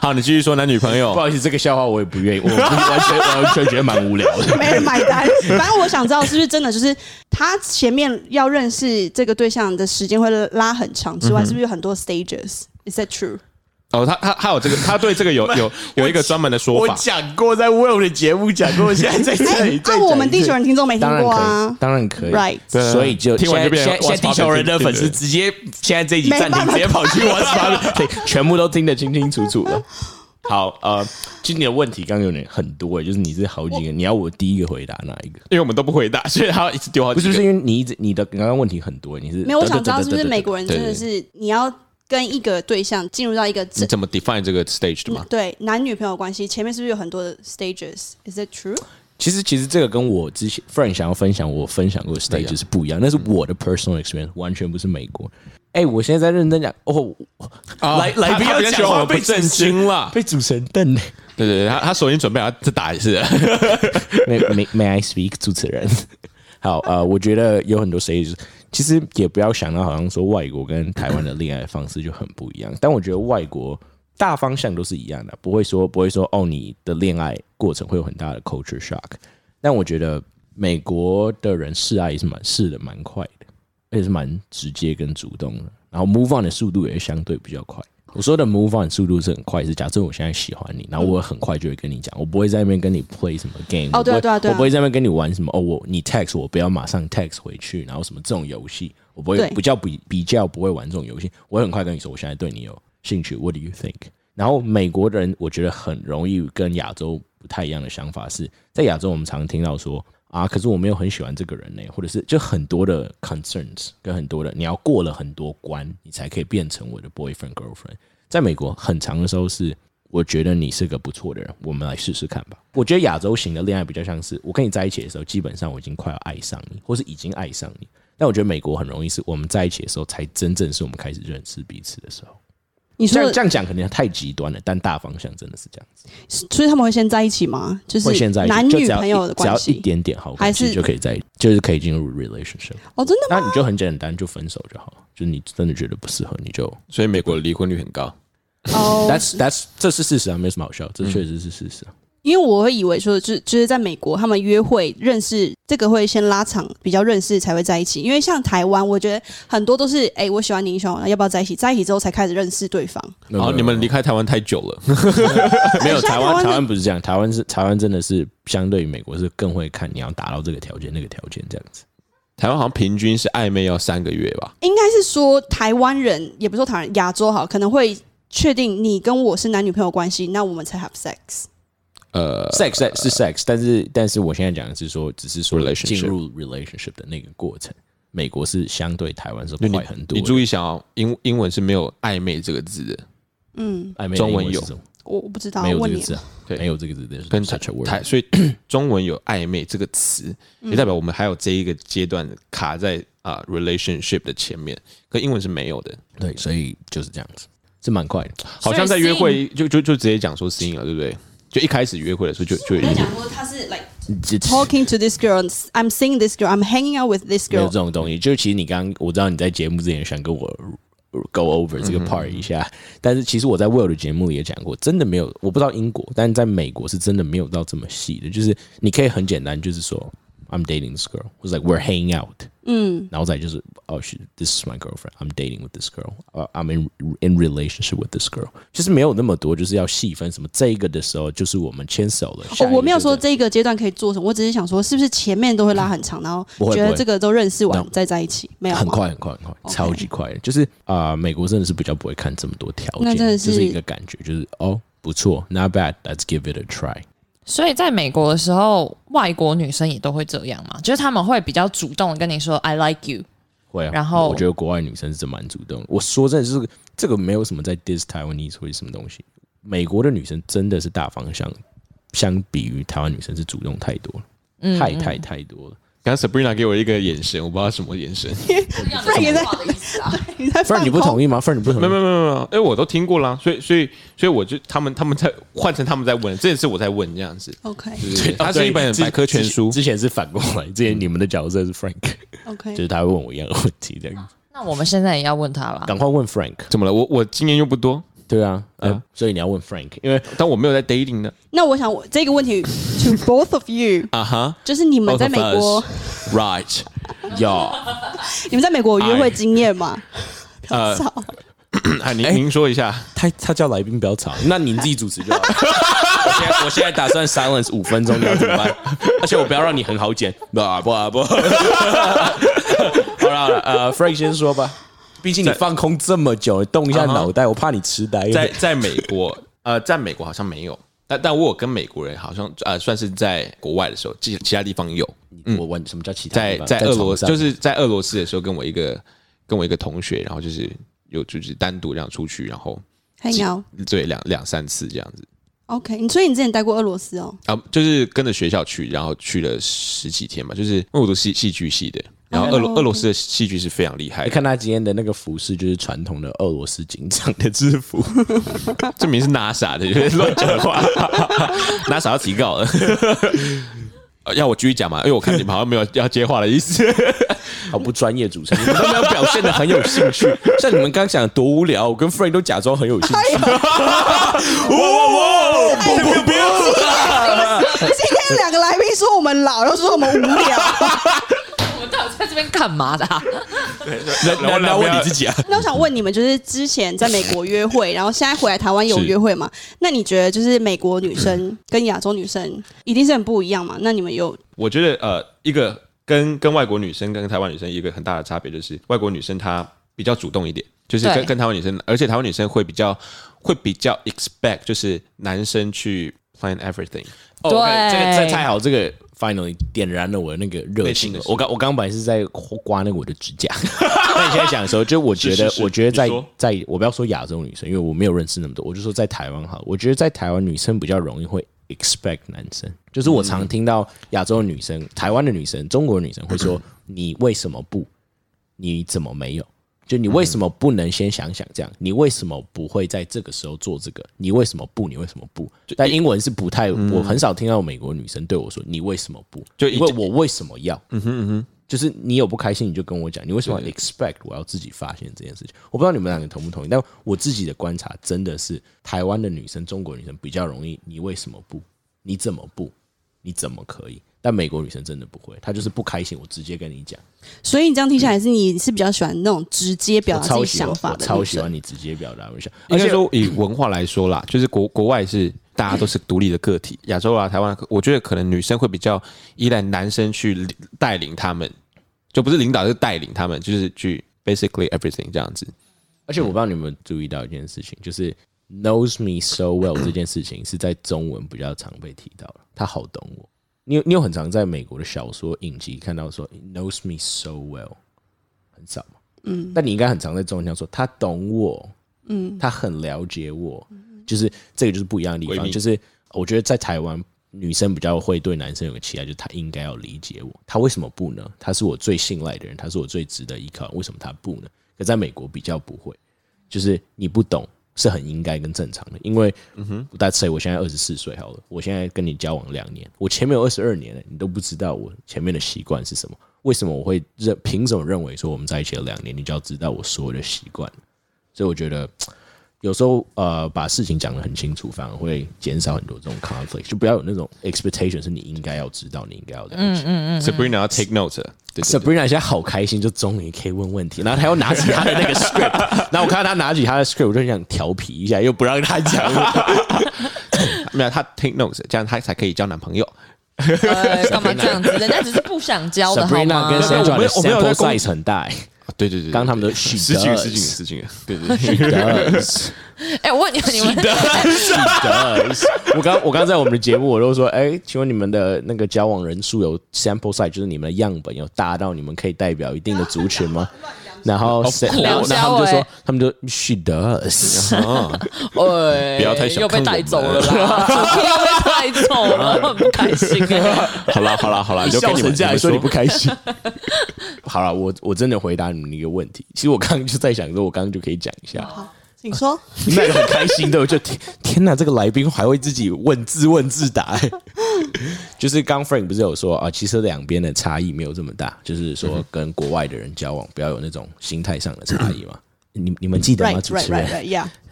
S4: 好，你继续说男女朋
S1: 不
S4: 友。
S1: 好意思，这个笑话我也不愿意，我不完全完全觉得蛮无聊的。
S3: 没人买单。反正我想知道是不是真的，就是他前面要认识这个对象的时间会拉很长，之
S4: 嗯
S3: 外、是不是有很多 stages？Is that true？
S4: 哦，他他他有这个，他对这个有有有一个专门的说
S1: 我
S4: 法。
S1: 讲过，在 Will 的节目讲过，现在在这里。
S3: 啊，我们地球人听众没听
S1: 当然
S3: 过
S1: 可以
S3: 啊，
S1: 当然可以。
S3: ，right？
S4: 对啊
S1: 所以就
S4: 听完就变
S1: 现在现在
S4: 成
S1: 现在地球人的粉丝
S4: What's Poppin'
S1: 直接现在这一集暂停，
S3: 没办法
S1: 直接跑去 What's Poppin'，对，全部都听得清清楚楚了。好，呃，其实你的问题刚刚有点很多诶，就是你是好几个，你要我第一个回答哪一个？
S4: 因为我们都不回答，所以他要一直丢好
S1: 不
S4: 几
S1: 是，
S4: 个。
S1: 不是因为你一直你的刚刚问题很多，你是
S3: 没有，我想知道是不是美国人
S4: 对
S3: 真
S4: 对对
S3: 的是你要跟一个对象进入到一个
S4: 你
S3: 正
S1: 嗯
S4: 怎么 define 这个 stage 的吗？
S3: 对男女朋友关系，前面是不是有很多的 stages？Is that true？
S1: 其实其实这个跟我之前 Frank 想要分享我分享过的 stage 是不一样，那是我的 personal experience，完全不是美国。哎，我现在在认真讲哦，来来宾
S4: 不
S1: 要
S4: 要
S1: 讲话
S4: 不
S1: 被
S4: 正
S1: 主持人
S4: 经了。
S1: 被主持人瞪嘞。
S4: 对对对，他他首先准备要再打一次。
S1: May May May I speak？主持人，好，呃，我觉得有很多 stages，其实也不要想到好像说外国跟台湾的恋爱方式就很不一样，但我觉得外国大方向都是一样的，不会说不会说哦，你的恋爱过程会有很大的 culture shock，但我觉得美国的人示爱也是蛮试的蛮快的，而且是蛮直接跟主动的，然后 move on 的速度也相对比较快。我说的 move on 速度是很快，是假设我现在喜欢你，然后我很快就会跟你讲，我不会在那边跟你 play 什么 game，
S3: 哦
S1: 我不会
S3: 对啊对啊对啊
S1: 我不会在那边跟你玩什么哦，我你 text 我不要马上 text 回去，然后什么这种游戏，我不会
S3: 对
S1: 比较比比较不会玩这种游戏，我会很快跟你说我现在对你有兴趣，What do you think？然后美国人我觉得很容易跟亚洲不太一样的想法是在亚洲我们常听到说啊，可是我没有很喜欢这个人呢、或者是就很多的 concerns 跟很多的你要过了很多关，你才可以变成我的 boyfriend girlfriend。在美国很长的时候是，我觉得你是个不错的人，我们来试试看吧。我觉得亚洲型的恋爱比较像是，我跟你在一起的时候，基本上我已经快要爱上你，或是已经爱上你。但我觉得美国很容易是我们在一起的时候，才真正是我们开始认识彼此的时候。
S3: 你
S1: 这
S3: 说
S1: 样这样讲可能太极端了，但大方向真的是这样子。
S3: 所以他们会先在一起吗？就
S1: 会
S3: 是
S1: 现在
S3: 男
S1: 就
S3: 女
S1: 只要
S3: 朋友的
S1: 一只
S3: 关
S1: 要一
S3: 系？
S1: 点点好
S3: 还
S1: 感，其实
S3: 是
S1: 就可以在就是可以进入 relationship。
S3: 哦，真的
S1: 那
S3: 吗？
S1: 你就很简单，就分手就好了。就你真的觉得不适合，你就
S4: 所以美国离婚率很高。
S3: 哦，
S1: that's that's 这是事实啊，没什么好笑，这确实是事实啊。
S3: 因为我会以为说，就就是在美国，他们约会认识这个会先拉长，比较认识才会在一起。因为像台湾，我觉得很多都是哎、我喜欢你，你喜欢我，要不要在一起？在一起之后才开始认识对方。
S1: 没有没有
S4: 好，哦你
S1: 没有
S4: 们离开台湾太久了。
S1: 没 有台湾，
S3: 现在台湾的
S1: 台湾不是这样，台湾是台湾真的是相对于美国是更会看你要达到这个条件那个条件这样子。
S4: 台湾好像平均是暧昧要三个月吧？
S3: 应该是说台湾人，也不是说台湾人亚洲好，可能会确定你跟我是男女朋友关系，那我们才 have sex。
S4: 呃
S1: sex 是 sex，但是但是我现在讲的是说，只是说
S4: Relationship
S1: 进入 relationship 的那个过程，美国是相对台湾是
S4: 就你
S1: 快很多的。
S4: 你注意想哦，英英文是没有暧昧这个字的，
S1: 暧昧的
S4: 中文
S1: 哎英是
S4: 有
S1: 什么
S3: 嗯我我不知道，
S1: 没有
S3: 问
S1: 这个
S3: 你
S1: 字啊？
S3: 啊，
S4: 对
S1: 没有这个字，there's
S4: 跟
S1: such a
S4: 台
S1: word。
S4: 所以 中文有暧昧这个词，也代表我们还有这一个阶段卡在啊 relationship 的前面，可英文是没有的。
S1: 对，所以就是这样子。是蛮快的。
S4: 好像在约会就就就直接讲说 seeing 了，对不对？就一开始约会的时候就就
S3: 我在讲说他是 like
S1: 这
S3: talking to this girl, I'm seeing this girl, I'm hanging out with this
S1: 没有
S3: girl
S1: 这。种东西。就其实你刚刚我知道你在节目之前想跟我 go over
S3: 嗯
S1: 这个 part 一下，但是其实我在 Will 的节目里也讲过，真的没有，我不知道英国，但是在美国是真的没有到这么细的，就是你可以很简单，就是说 I'm dating this girl，或者 like we're hanging out，嗯，然后再就是哦、oh,，she this is my girlfriend，I'm dating with this girl，呃、i m in in relationship with this girl，就是没有那么多，就是要细分什么这一个的时候，就是我们牵手了，下
S3: 哦
S1: 一，个
S3: 我没有
S1: 就是
S3: 说这个阶段可以做什么，我只是想说，是不是前面都会拉很长，然后
S1: 不会
S3: 觉
S1: 不
S3: 得
S1: 会
S3: 这个都认识完
S1: No
S3: 再在一起，没有吗
S1: 很快很快很快，超级快的。就是啊、呃美国真的是比较不会看这么多条件，
S3: 那真的是
S1: 这是一个感觉，就是哦不错，not bad，let's give it a try。
S2: 所以在美国的时候，外国女生也都会这样嘛，就是他们会比较主动的跟你说 “I like you”，
S1: 会啊，
S2: 然后
S1: 我觉得国外女生是真蛮主动的。我说真的，就是这个没有什么在 dis Taiwanese 或者什么东西。美国的女生真的是大方向，相比于台湾女生是主动太多了，
S3: 嗯
S1: 太太太多了。
S4: 刚刚 Sabrina 给我一个眼神，我不知道什么眼神。
S3: 不然也在， 你在
S1: 不然
S3: 放
S1: 你不
S3: 空
S1: 同意吗？不然你不同
S4: 没有没
S1: 意？
S4: 有没有没有，因为哎我都听过啦，所以所以所以我就他们他们在换成他们在问，这也是我在问这样子。
S3: ？OK
S4: 对，它是一本
S1: 之
S4: 百科全书
S1: 之。前之前是反过来，之前你们的角色是 Frank，就
S3: OK，
S1: 是他会问我一样的问题，这样
S2: 那我们现在也要问他了。
S1: 赶快问 Frank。
S4: 怎么了？我我经验又不多，
S1: 对啊，呃，所以你要问 Frank，因为
S4: 但我没有在 dating 呢。
S3: 那我想我这个问题 to both of you，
S4: 啊哈
S3: 就是你们在美国，
S4: ，right？
S1: 要
S3: 你们在美国
S1: 哎
S3: 有约会经 验吗？
S4: 呃
S3: 少
S4: 哎，您您说一下，
S1: 他他叫来宾不要吵，那你自己主持就好了。我现在我现在打算 silence 五分钟，你要怎么办？而且我不要让你很好剪，不啊不啊不。好了好了，呃，Frank 先说吧，啊毕竟你放空这么久，动一下脑袋，我怕你痴呆。
S4: 在在美国， 呃，在美国好像没有，但但我有跟美国人好像呃，算是在国外的时候，其其他地方有，
S1: 我问什么叫其他
S4: 在
S1: 地方？
S4: 在俄
S1: 床
S4: 罗
S1: 上
S4: 就是在俄罗斯的时候，跟我一个跟我一个同学，然后就是有就是单独这样出去，然后
S3: hang out。
S4: 对两两三次这样子
S3: OK，你所以你之前待过俄罗斯哦？
S4: 啊、就是跟着学校去，然后去了十几天吧，就是因为我读戏戏剧系的，然后俄罗、
S3: 哦
S4: 俄罗斯的戏剧是非常厉害
S1: 你
S4: 的，
S1: 看他今天的那个服饰，就是传统的俄罗斯警长的制服。
S4: 这名是 NASA 的，有点乱讲话 ，NASA 要提告了。呃要我继续讲嘛？因为我看你们好像没有要接话的意 思。
S1: 好不专业主持人，你们都没有表现的很有兴 趣。像你们刚讲得多无聊，我跟 Frank 都假装很有兴
S4: 哎
S1: 趣。
S3: 哎今天两个来宾说我们老，又说我们无 聊，
S2: 我们到底在这边干嘛的、啊？
S1: 那那那问你自己啊，
S3: 那我想问你们，就是之前在美国约会，然后现在回来台湾有约会吗？那你觉得就是美国女生跟亚洲女生一定是很不一样嘛？那你们有
S4: 我觉得呃，一个跟跟外国女生跟台湾女生一个很大的差别就是，外国女生她比较主动一点，就是
S2: 对
S4: 跟跟台湾女生，而且台湾女生会比较会比较 expect 就是男生去 plan everything。
S1: 哦
S2: 对
S1: ，OK，这个这太好，这个 finally 点燃了我那个热情了
S4: 内心的。事
S1: 我刚我刚本来是在刮那个我的指甲， 但你现在讲的时候，就我觉得
S4: 是是，是
S1: 我觉得在
S4: 你说
S1: 在我不要说亚洲女生，因为我没有认识那么多，我就说在台湾哈，我觉得在台湾女生比较容易会 expect 男生，就是
S4: 嗯
S1: 我常听到亚洲女生、台湾的女生、中国女生会 说你为什么不？你怎么没有？就你为什么不能先想想这样？你为什么不会在这个时候做这个？你为什么不？你为什么不？但英文是不太，我很少听到美国女生对我说你为什么不？
S4: 就一
S1: 因为我为什么要？嗯哼嗯哼，就是你有不开心你就跟我讲，你为什么要 expect 我要自己发现这件事情？我不知道你们两个同不同意，但我自己的观察真的是，台湾的女生、中国女生比较容易，你为什么不？你怎么不？你怎么可以？但美国女生真的不会，她就是不开心，我直接跟你讲。
S3: 所以你这样听起来是你是比较喜欢那种直接表
S1: 我
S3: 达
S1: 超
S3: 自己
S1: 喜欢
S3: 想法
S1: 我
S3: 的
S1: 超
S3: 女
S1: 喜
S3: 生。
S1: 欢你直接表达我想，
S4: 应
S1: 而
S4: 该
S1: 且
S4: 说以文化来说啦，就是国国外是大家都是独立的个体，亚洲啊、台湾啊，我觉得可能女生会比较依赖男生去带领他们，就不是领导，是带领他们，就是去 basically everything 这样子。
S1: 而且我不知道你们有没有注意到一件事情，就是 knows me so well 这件事情是在中文比较常被提到的，他好懂我。你有你有很常在美国的小说影集看到说 knows me so well，很少嘛？嗯，但你应该很常在中文讲说他懂我，嗯，他很了解我，就是这个就是不一样的地
S4: 闺
S1: 方，
S4: 蜜
S1: 就是我觉得在台湾。女生比较会对男生有个期待，就是他应该要理解我。他为什么不呢？他是我最信赖的人，他是我最值得依靠的。为什么他不呢？可在美国比较不会，就是你不懂，是很应该跟正常的，因为大 say 我现在二十四岁好了，我现在跟你交往两年，我前面有二十二年了，你都不知道我前面的习惯是什么，为什么我会认凭什么认为说我们在一起了两年，你就要知道我所有的习惯？所以我觉得有时候呃把事情讲得很清楚，反而会减少很多这种 conflict，就不要有那种 expectation 是你应该要知道，你应该要这样子。
S2: 嗯
S4: Sabrina 要 take note，了对对
S1: Sabrina 现在好开心，就终于可以问问题，然后她又拿起她的那个 script，然后我看到她拿起她的 script，我就很想调皮一下，又不让她讲。
S4: 没有她 take note，这样她才可以交男朋友。哦
S2: 呃，干嘛这样子？人家只是不想交的好
S1: Sabrina
S2: 吗
S1: 跟？Sandra
S4: 我没
S1: 的
S4: 有我没有在
S1: sample
S4: 攻
S1: size 很大、欸，
S4: 对对对，
S1: 刚他们都
S4: 失
S1: she
S4: 敬失
S1: does
S4: 敬失敬，对 对
S1: she does
S2: 哎，我问你们，你们
S1: she does。我刚我刚在我们的节目，我都说，哎、请问你们的那个交往人数有 sample size，就是你们的样本有大到你们可以代表一定的族群 吗？然后
S4: Of
S1: Sa-
S4: course
S1: 然后他们就
S2: 聊交
S1: 说
S2: 欸，
S1: 他们就 she does。
S4: 啊，
S2: 哎，
S4: 不要太小
S2: 又被
S4: 看我
S2: 带
S4: 们
S2: 走了啦，又被带走了，我很不开心哎。
S4: 好啦好啦好啦，
S1: 你
S4: 啊就给
S1: 笑
S4: 你
S1: 成
S4: 们
S1: 这样，说
S4: 说
S1: 你不开心。 好了，我我真的回答你们一个问题。其实我刚刚就在想说，我刚刚就可以讲一下，
S3: 请说。
S1: 你们两个很开心的，我就天天哪，这个来宾还会自己问自问自答、欸就是刚 Frank 不是有说啊，其实两边的差异没有这么大，就是说跟国外的人交往，不要有那种心态上的差异嘛。你你们记得
S3: Right,
S1: 吗，主
S3: right,
S1: 持人
S3: right, right,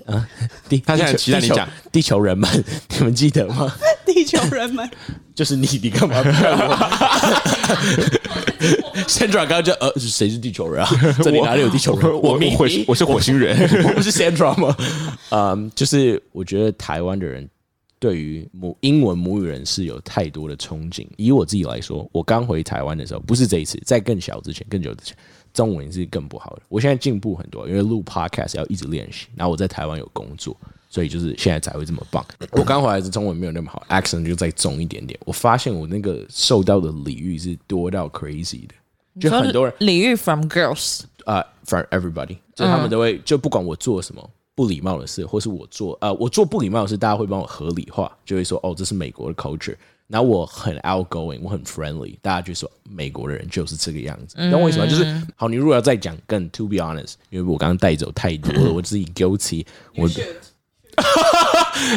S3: yeah。
S1: 地
S4: 他现在
S1: 地球
S4: 期待你
S1: 地球
S4: 讲
S1: 地球人们，你们记得吗？
S3: 地球人们，
S1: 就是你，你干嘛不看我？Sandra 刚刚就呃，谁是地球人啊？这里哪里有地球人？
S4: 我
S1: 迷
S4: 火
S1: 你
S4: 我是火星人，
S1: 我不是 Sandra 吗？嗯，就是我觉得台湾的人对于母英文母语人是有太多的憧憬。以我自己来说，我刚回台湾的时候，不是这一次，在更小之前、更久之前，中文是更不好的。我现在进步很多，因为录 podcast 要一直练习，然后我在台湾有工作。所以就是现在才会这么棒。我刚回来的时候中文没有那么好，accent 就再重一点点。我发现我那个受到的礼遇是多到 crazy 的，就很多人
S2: 李玉 from girls，
S1: 呃、for everybody，就他们都会、就不管我做什么不礼貌的事，或是我做呃我做不礼貌的事，大家会帮我合理化，就会说哦这是美国的 culture，然后我很 outgoing，我很 friendly，大家就说美国的人就是这个样子，你懂我意思吗？就是好，你如果要再讲更 to be honest，因为我刚刚带走太多了，我自己 guilty，我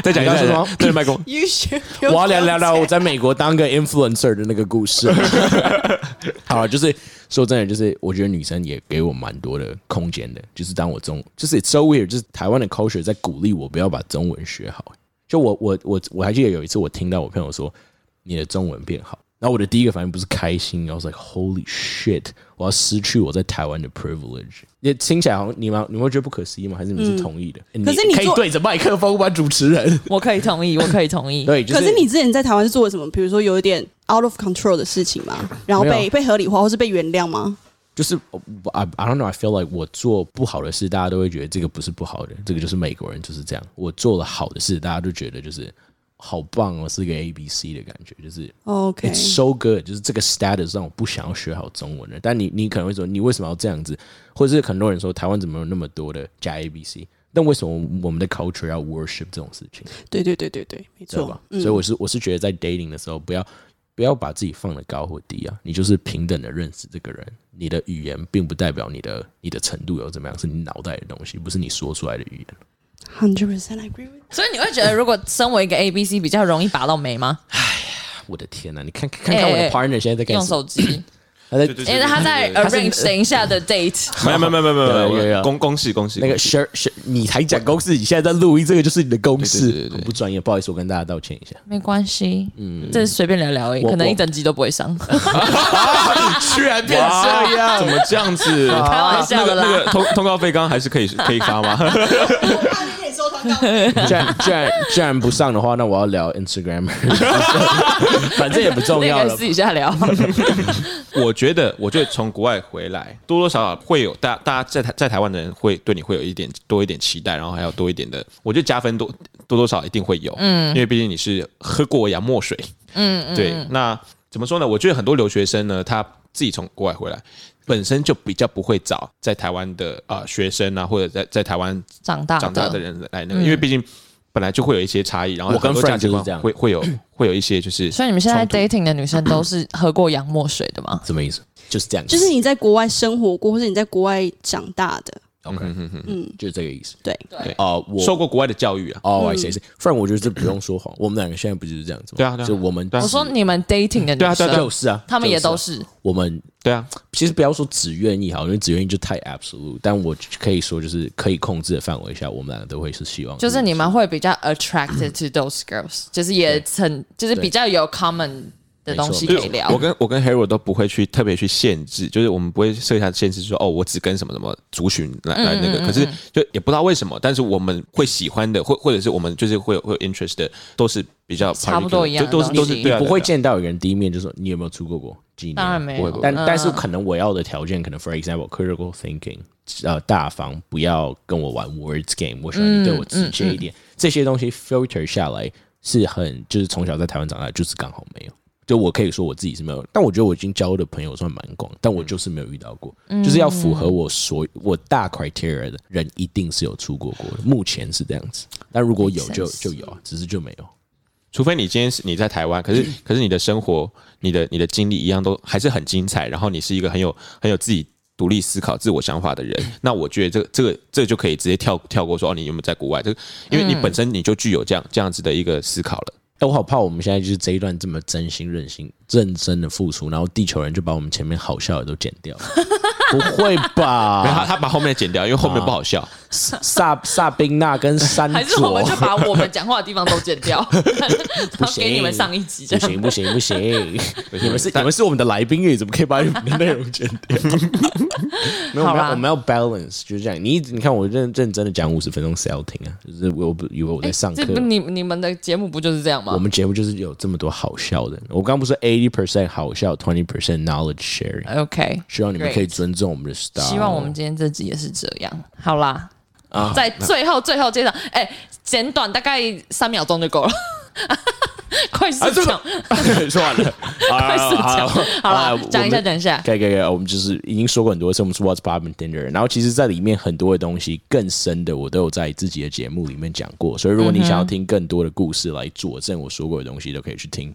S4: 再讲一
S1: 你刚刚说什
S4: 下
S1: 么，
S4: 对麦克风，
S3: You should
S1: 我要聊聊聊我在美国当个 influencer 的那个故 事。好了，就是说真的，就是我觉得女生也给我蛮多的空间的，就是当我中，就是 it's so weird，就是台湾的 culture 在鼓励我不要把中文学好。就我我我我还记得有一次我听到我朋友说你的中文变好，然后我的第一个反应不是开心，I was like holy shit，我要失去我在台湾的 privilege。也听起来好像你们你们会觉得不可思议吗？还是你们是同意的？
S3: 嗯可是你
S1: 可以
S3: 做
S1: 对着麦克风吧，主持 人。
S2: 我可以同意，我可以同意。
S1: 对，就
S3: 可是你之前在台湾是做了什么？比如说有一点 out of control 的 事情吗？然后
S1: 没
S3: 被
S1: 有
S3: 被合理化，或是被原谅吗？
S1: 就是我 I I don't know I feel like 我做不好的事，大家都会觉得这个不是不好的，这个就是美国人就是这样。我做了好的事，大家都觉得就是好棒哦，是个 A B C 的感觉，就是
S3: 哦 OK
S1: it's so good，就是这个 status 让我不想要学好中文了。但你你可能会说，你为什么要这样子？或者是很多人说，台湾怎么有那么多的加 A B C？但为什么我们的 culture 要 worship 这种事情？
S3: 对对对对对，没
S1: 对
S3: 错
S1: 吧。？
S2: 嗯
S1: 所以我是我是觉得在 dating 的时候，不要不要把自己放的高或低啊，你就是平等的认识这个人。你的语言并不代表你的你的程度有怎么样，是你脑袋的东西，不是你说出来的语言。
S3: Hundred percent agree with。
S2: 所以你会觉得，如果身为一个 A B C，比较容易拔到眉吗？
S1: 我的天呐、你看看看我的
S2: 哎哎
S1: partner 现在在干
S2: 用
S1: 什么？
S2: 手机，
S1: 他在
S4: 对
S2: 因为他在 arrange 等一下的 date。
S4: 没有没有没有没有没有
S1: 有有
S4: 没
S1: 有
S4: 有，恭恭喜恭喜
S1: 那个
S4: 恭喜
S1: share share，你才讲公式，你现在在录音，这个就是你的公
S4: 对对
S1: 式
S4: 对，对
S1: 很不专业，不好意思，我跟大家道歉一 下。
S2: 没关系，嗯，这是随便聊聊而已，
S1: 我
S2: 可能
S1: 我
S2: 一整集都不 会上。
S1: 居然变
S4: 哇，怎么这样 子？
S2: 开玩笑的
S4: 那个
S2: 啦
S4: 那个通通告费刚刚还是可以可以发吗？
S3: 啊可以收通告。
S1: 既然既然既然不上的话，那我要聊 Instagram，反正也不重要
S2: 那
S1: 了
S2: 个。私底下聊。
S4: 我觉得，我觉得从国外回来，多多少少会有大大家在台在台湾的人会对你会有一点多一点期待，然后还有多一点的，我觉得加分多多多少少一定会有，嗯，因为毕竟你是喝过洋墨水，嗯对。那怎么说呢？我觉得很多留学生呢，他自己从国外回来，本身就比较不会找在台湾的啊、呃学生啊，或者在在台湾
S2: 长大的
S4: 长大的人来
S2: 嗯
S4: 那个，因为毕竟本来就会有一些差异，然后
S1: 我跟
S4: 很多价
S1: Frank 就
S4: 值
S1: 是
S4: 观
S1: 这样
S4: 会 会有会有一些就是，
S2: 所以你们现在 dating 的女生都是喝过洋墨水的吗？
S1: 什么意思？就是这样子，
S3: 就是你在国外生活过，或是你在国外长大的，
S1: OK，嗯，就是这个意思。
S3: 对，
S1: 啊，我
S4: 受过国外的教育啊，
S1: 哦，I see，I see，不然我觉得这不用说谎，我们两个现在不就是这样子吗？
S4: 对啊对啊
S1: 就我们
S4: 对啊
S2: 我说你们 dating 的女生，
S4: 对啊对啊对啊
S1: 就是嗯啊，
S2: 他们也都
S1: 就是啊我们
S4: 对啊，
S1: 其实不要说只愿意好，因为只愿意就太 absolute。但我可以说，就是可以控制的范围下，我们两个都会是希望。
S2: 就是你们会比较 attracted to those
S1: 嗯
S2: girls，就是也很就是比较有 common 的东西可
S1: 没
S2: 以聊
S4: 我。跟我跟 Harold 都不会去特别去限制，就是我们不会设下限制说哦，我只跟什么什么族群来
S2: 嗯
S4: 来那个。可是就也不知道为什么，但是我们会喜欢的，或或者是我们就是会有会有 interest 的，都是比较
S2: 差不多一样的
S4: 就都是都
S2: 东
S4: 是
S2: 西
S4: 对啊
S1: 不会
S4: 对啊
S1: 见到有人第一面就说你有没有出过国？几年
S2: 当然没有嗯
S1: 不会不会但但是可能我要的条件，可能 for example critical thinking，呃，大方，不要跟我玩 words game，我喜欢你对我直接一
S2: 嗯
S1: 点。这些东西 filter 下来是很，就是从小在台湾长大，就是刚好没有。就我可以说我自己是没有，但我觉得我已经交的朋友算蛮广，但我就是没有遇到过，
S2: 嗯
S1: 就是要符合我所我大 criteria 的人，一定是有出过国的，目前是这样子。但如果有就
S2: Makes sense
S1: 就有啊，只是就没有。
S4: 除非你今天是你在台湾，可是
S2: 嗯
S4: 可是你的生活、你的你的经历一样都还是很精彩，然后你是一个很有很有自己独立思考、自我想法 的人，那我觉得这个这个这个就可以直接跳跳过说哦，你有没有在国外？这个因为你本身你就具有这样这样子的一个思考了。
S1: 哎、我好怕我们现在就是这一段这么真心、任性、认真的付出，然后地球人就把我们前面好笑的都剪掉了。不会
S2: 啊
S4: 然后
S1: 吧？
S4: 他他把后面的剪掉，因为后面不好笑。
S1: 萨萨宾娜跟山
S2: 还是我
S1: 卓
S2: 们就把我们讲话的地方都剪掉，
S1: 不
S2: 然后
S1: 行，
S2: 给你们上一集这
S1: 不
S2: 样。
S1: 行不行不行，你们是你们是我们的来宾耶，你怎么可以把你们的内容剪掉？没有，我们要
S2: 好啦
S1: 我们要 balance，就是这样。你你看我认认真的讲五十分钟，谁要听啊？就是我不以为我在上课
S2: 哎这。不你你们的节目不就是这样吗
S1: 我？们节目就是有这么多好笑的，我刚不是 eighty percent 好笑，twenty percent knowledge sharing。
S2: OK，
S1: 希望你们可以
S2: Great
S1: 尊重我们的 style。
S2: 希望我们今天这集也是这样。好啦，
S4: 啊
S2: 在最后最后介绍，哎、简短大概三秒钟就够了， 快
S4: 啊
S2: 速讲，
S1: 算 了，
S2: 快速 讲，好啦
S4: 啊
S1: 了，，
S2: 讲一
S1: 我
S2: 下
S1: 们
S2: 讲一下。
S1: 可以可以可以，我们就是已经说过很多次，我们是 What's Pop and Tinder，然后其实在里面很多的东西更深的，我都有在自己的节目里面讲过，所以如果你想要听更多的故事来佐证我说过的东西，都可以去听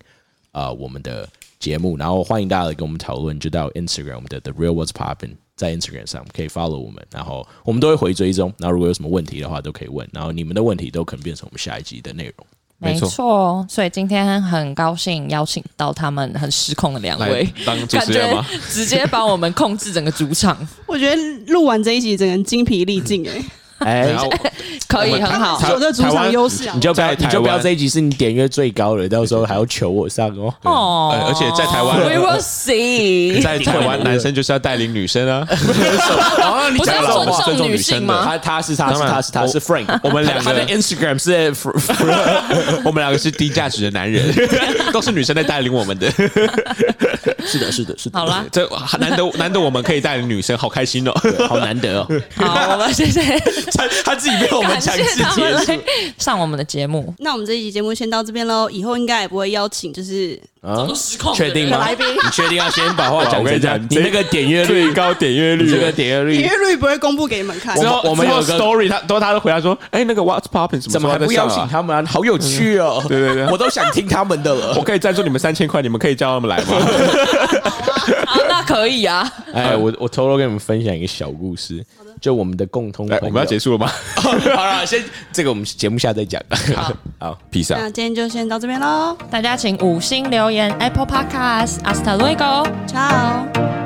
S1: 呃我们的节目，然后欢迎大家来跟我们讨论，就到 Instagram 我们的 The Real What's Poppin。在 Instagram 上可以 follow 我们，然后我们都会回追踪，然后如果有什么问题的话都可以问，然后你们的问题都可能变成我们下一集的内容。
S4: 没错
S2: 错，所以今天很高兴邀请到他们很失控的两位
S4: 来，当主
S2: 感
S4: 持人
S2: 觉
S4: 吗？
S2: 直接把我们控制整个主 场，
S3: 我觉得录完这一集，整个人精疲力尽 哎、
S1: 哎
S4: 然后
S2: 可以
S4: 我们
S2: 很好
S4: 台。
S3: 有这主
S4: 台
S3: 场
S4: 湾
S3: 优势啊
S1: 你！就不要，
S4: 在
S1: 你
S4: 台湾
S1: 就不要这一集是你点阅最高的，到时候还要求我上 哦。
S2: 哦
S4: 呃而且在台湾
S2: We will see。
S4: 在台湾，男生就是要带领女生 啊。
S1: 啊，你
S2: 不是
S4: 讲
S2: 要
S4: 到
S2: 尊
S4: 我
S2: 重
S4: 尊重
S2: 女
S4: 女
S2: 性
S4: 生的
S2: 吗？
S1: 他他是他是
S4: 当然
S1: 他是他是
S4: 我
S1: Frank，
S4: 我们两个
S1: 他的 Instagram 是 Fr- Fr-
S4: 我们两个是低价值的男人，都是女生在带领我们的。
S1: 是的是的是的，
S2: 好 啦，
S4: 这难得难得我们可以带领女生，好开心哦！
S1: 对好难 得哦。
S2: 好，我们谢谢。
S4: 他他自己被 我们
S2: 感
S4: 强
S2: 谢
S4: 制
S2: 他
S4: 结
S2: 们
S4: 束。
S2: 来上我们的节目，
S3: 那我们这一集节目先到这边喽，以后应该也不会邀请就是
S1: 啊，
S2: 失控
S1: 确定吗？你确定要先把话讲
S4: 我跟
S1: 成
S4: 你
S1: 这样
S4: 讲？
S1: 你那个点阅率，
S4: 最高点阅
S1: 你
S4: 率，
S1: 这个点阅
S3: 点
S1: 率
S3: 阅率不会公布给你们看
S1: 我。
S4: 之后
S1: 我们有
S4: 之后
S1: 个
S4: story，他都他都回答说，哎，那个 What's Popping 什
S1: 怎么
S4: 么
S1: 还
S4: 时候
S1: 不
S4: 在上
S1: 邀
S4: 啊
S1: 请？他们啊？好有趣 哦！
S4: 对对对
S1: 我都想听他们的了
S4: 我。可以赞助你们三千块，你们可以叫他们来吗？
S2: 啊，那可以啊。
S1: 哎，我我偷偷跟你们分享一个小故事，就我们的共通
S4: 来，
S1: 朋
S4: 我们要
S1: 友
S4: 结束了吗
S1: 好了，先这个我们节目下再讲。 好，
S4: ？Peace out
S3: 那。今天就先到这边喽
S2: 大家请五星留言 Apple Podcast，Hasta luego。
S3: ，Ciao。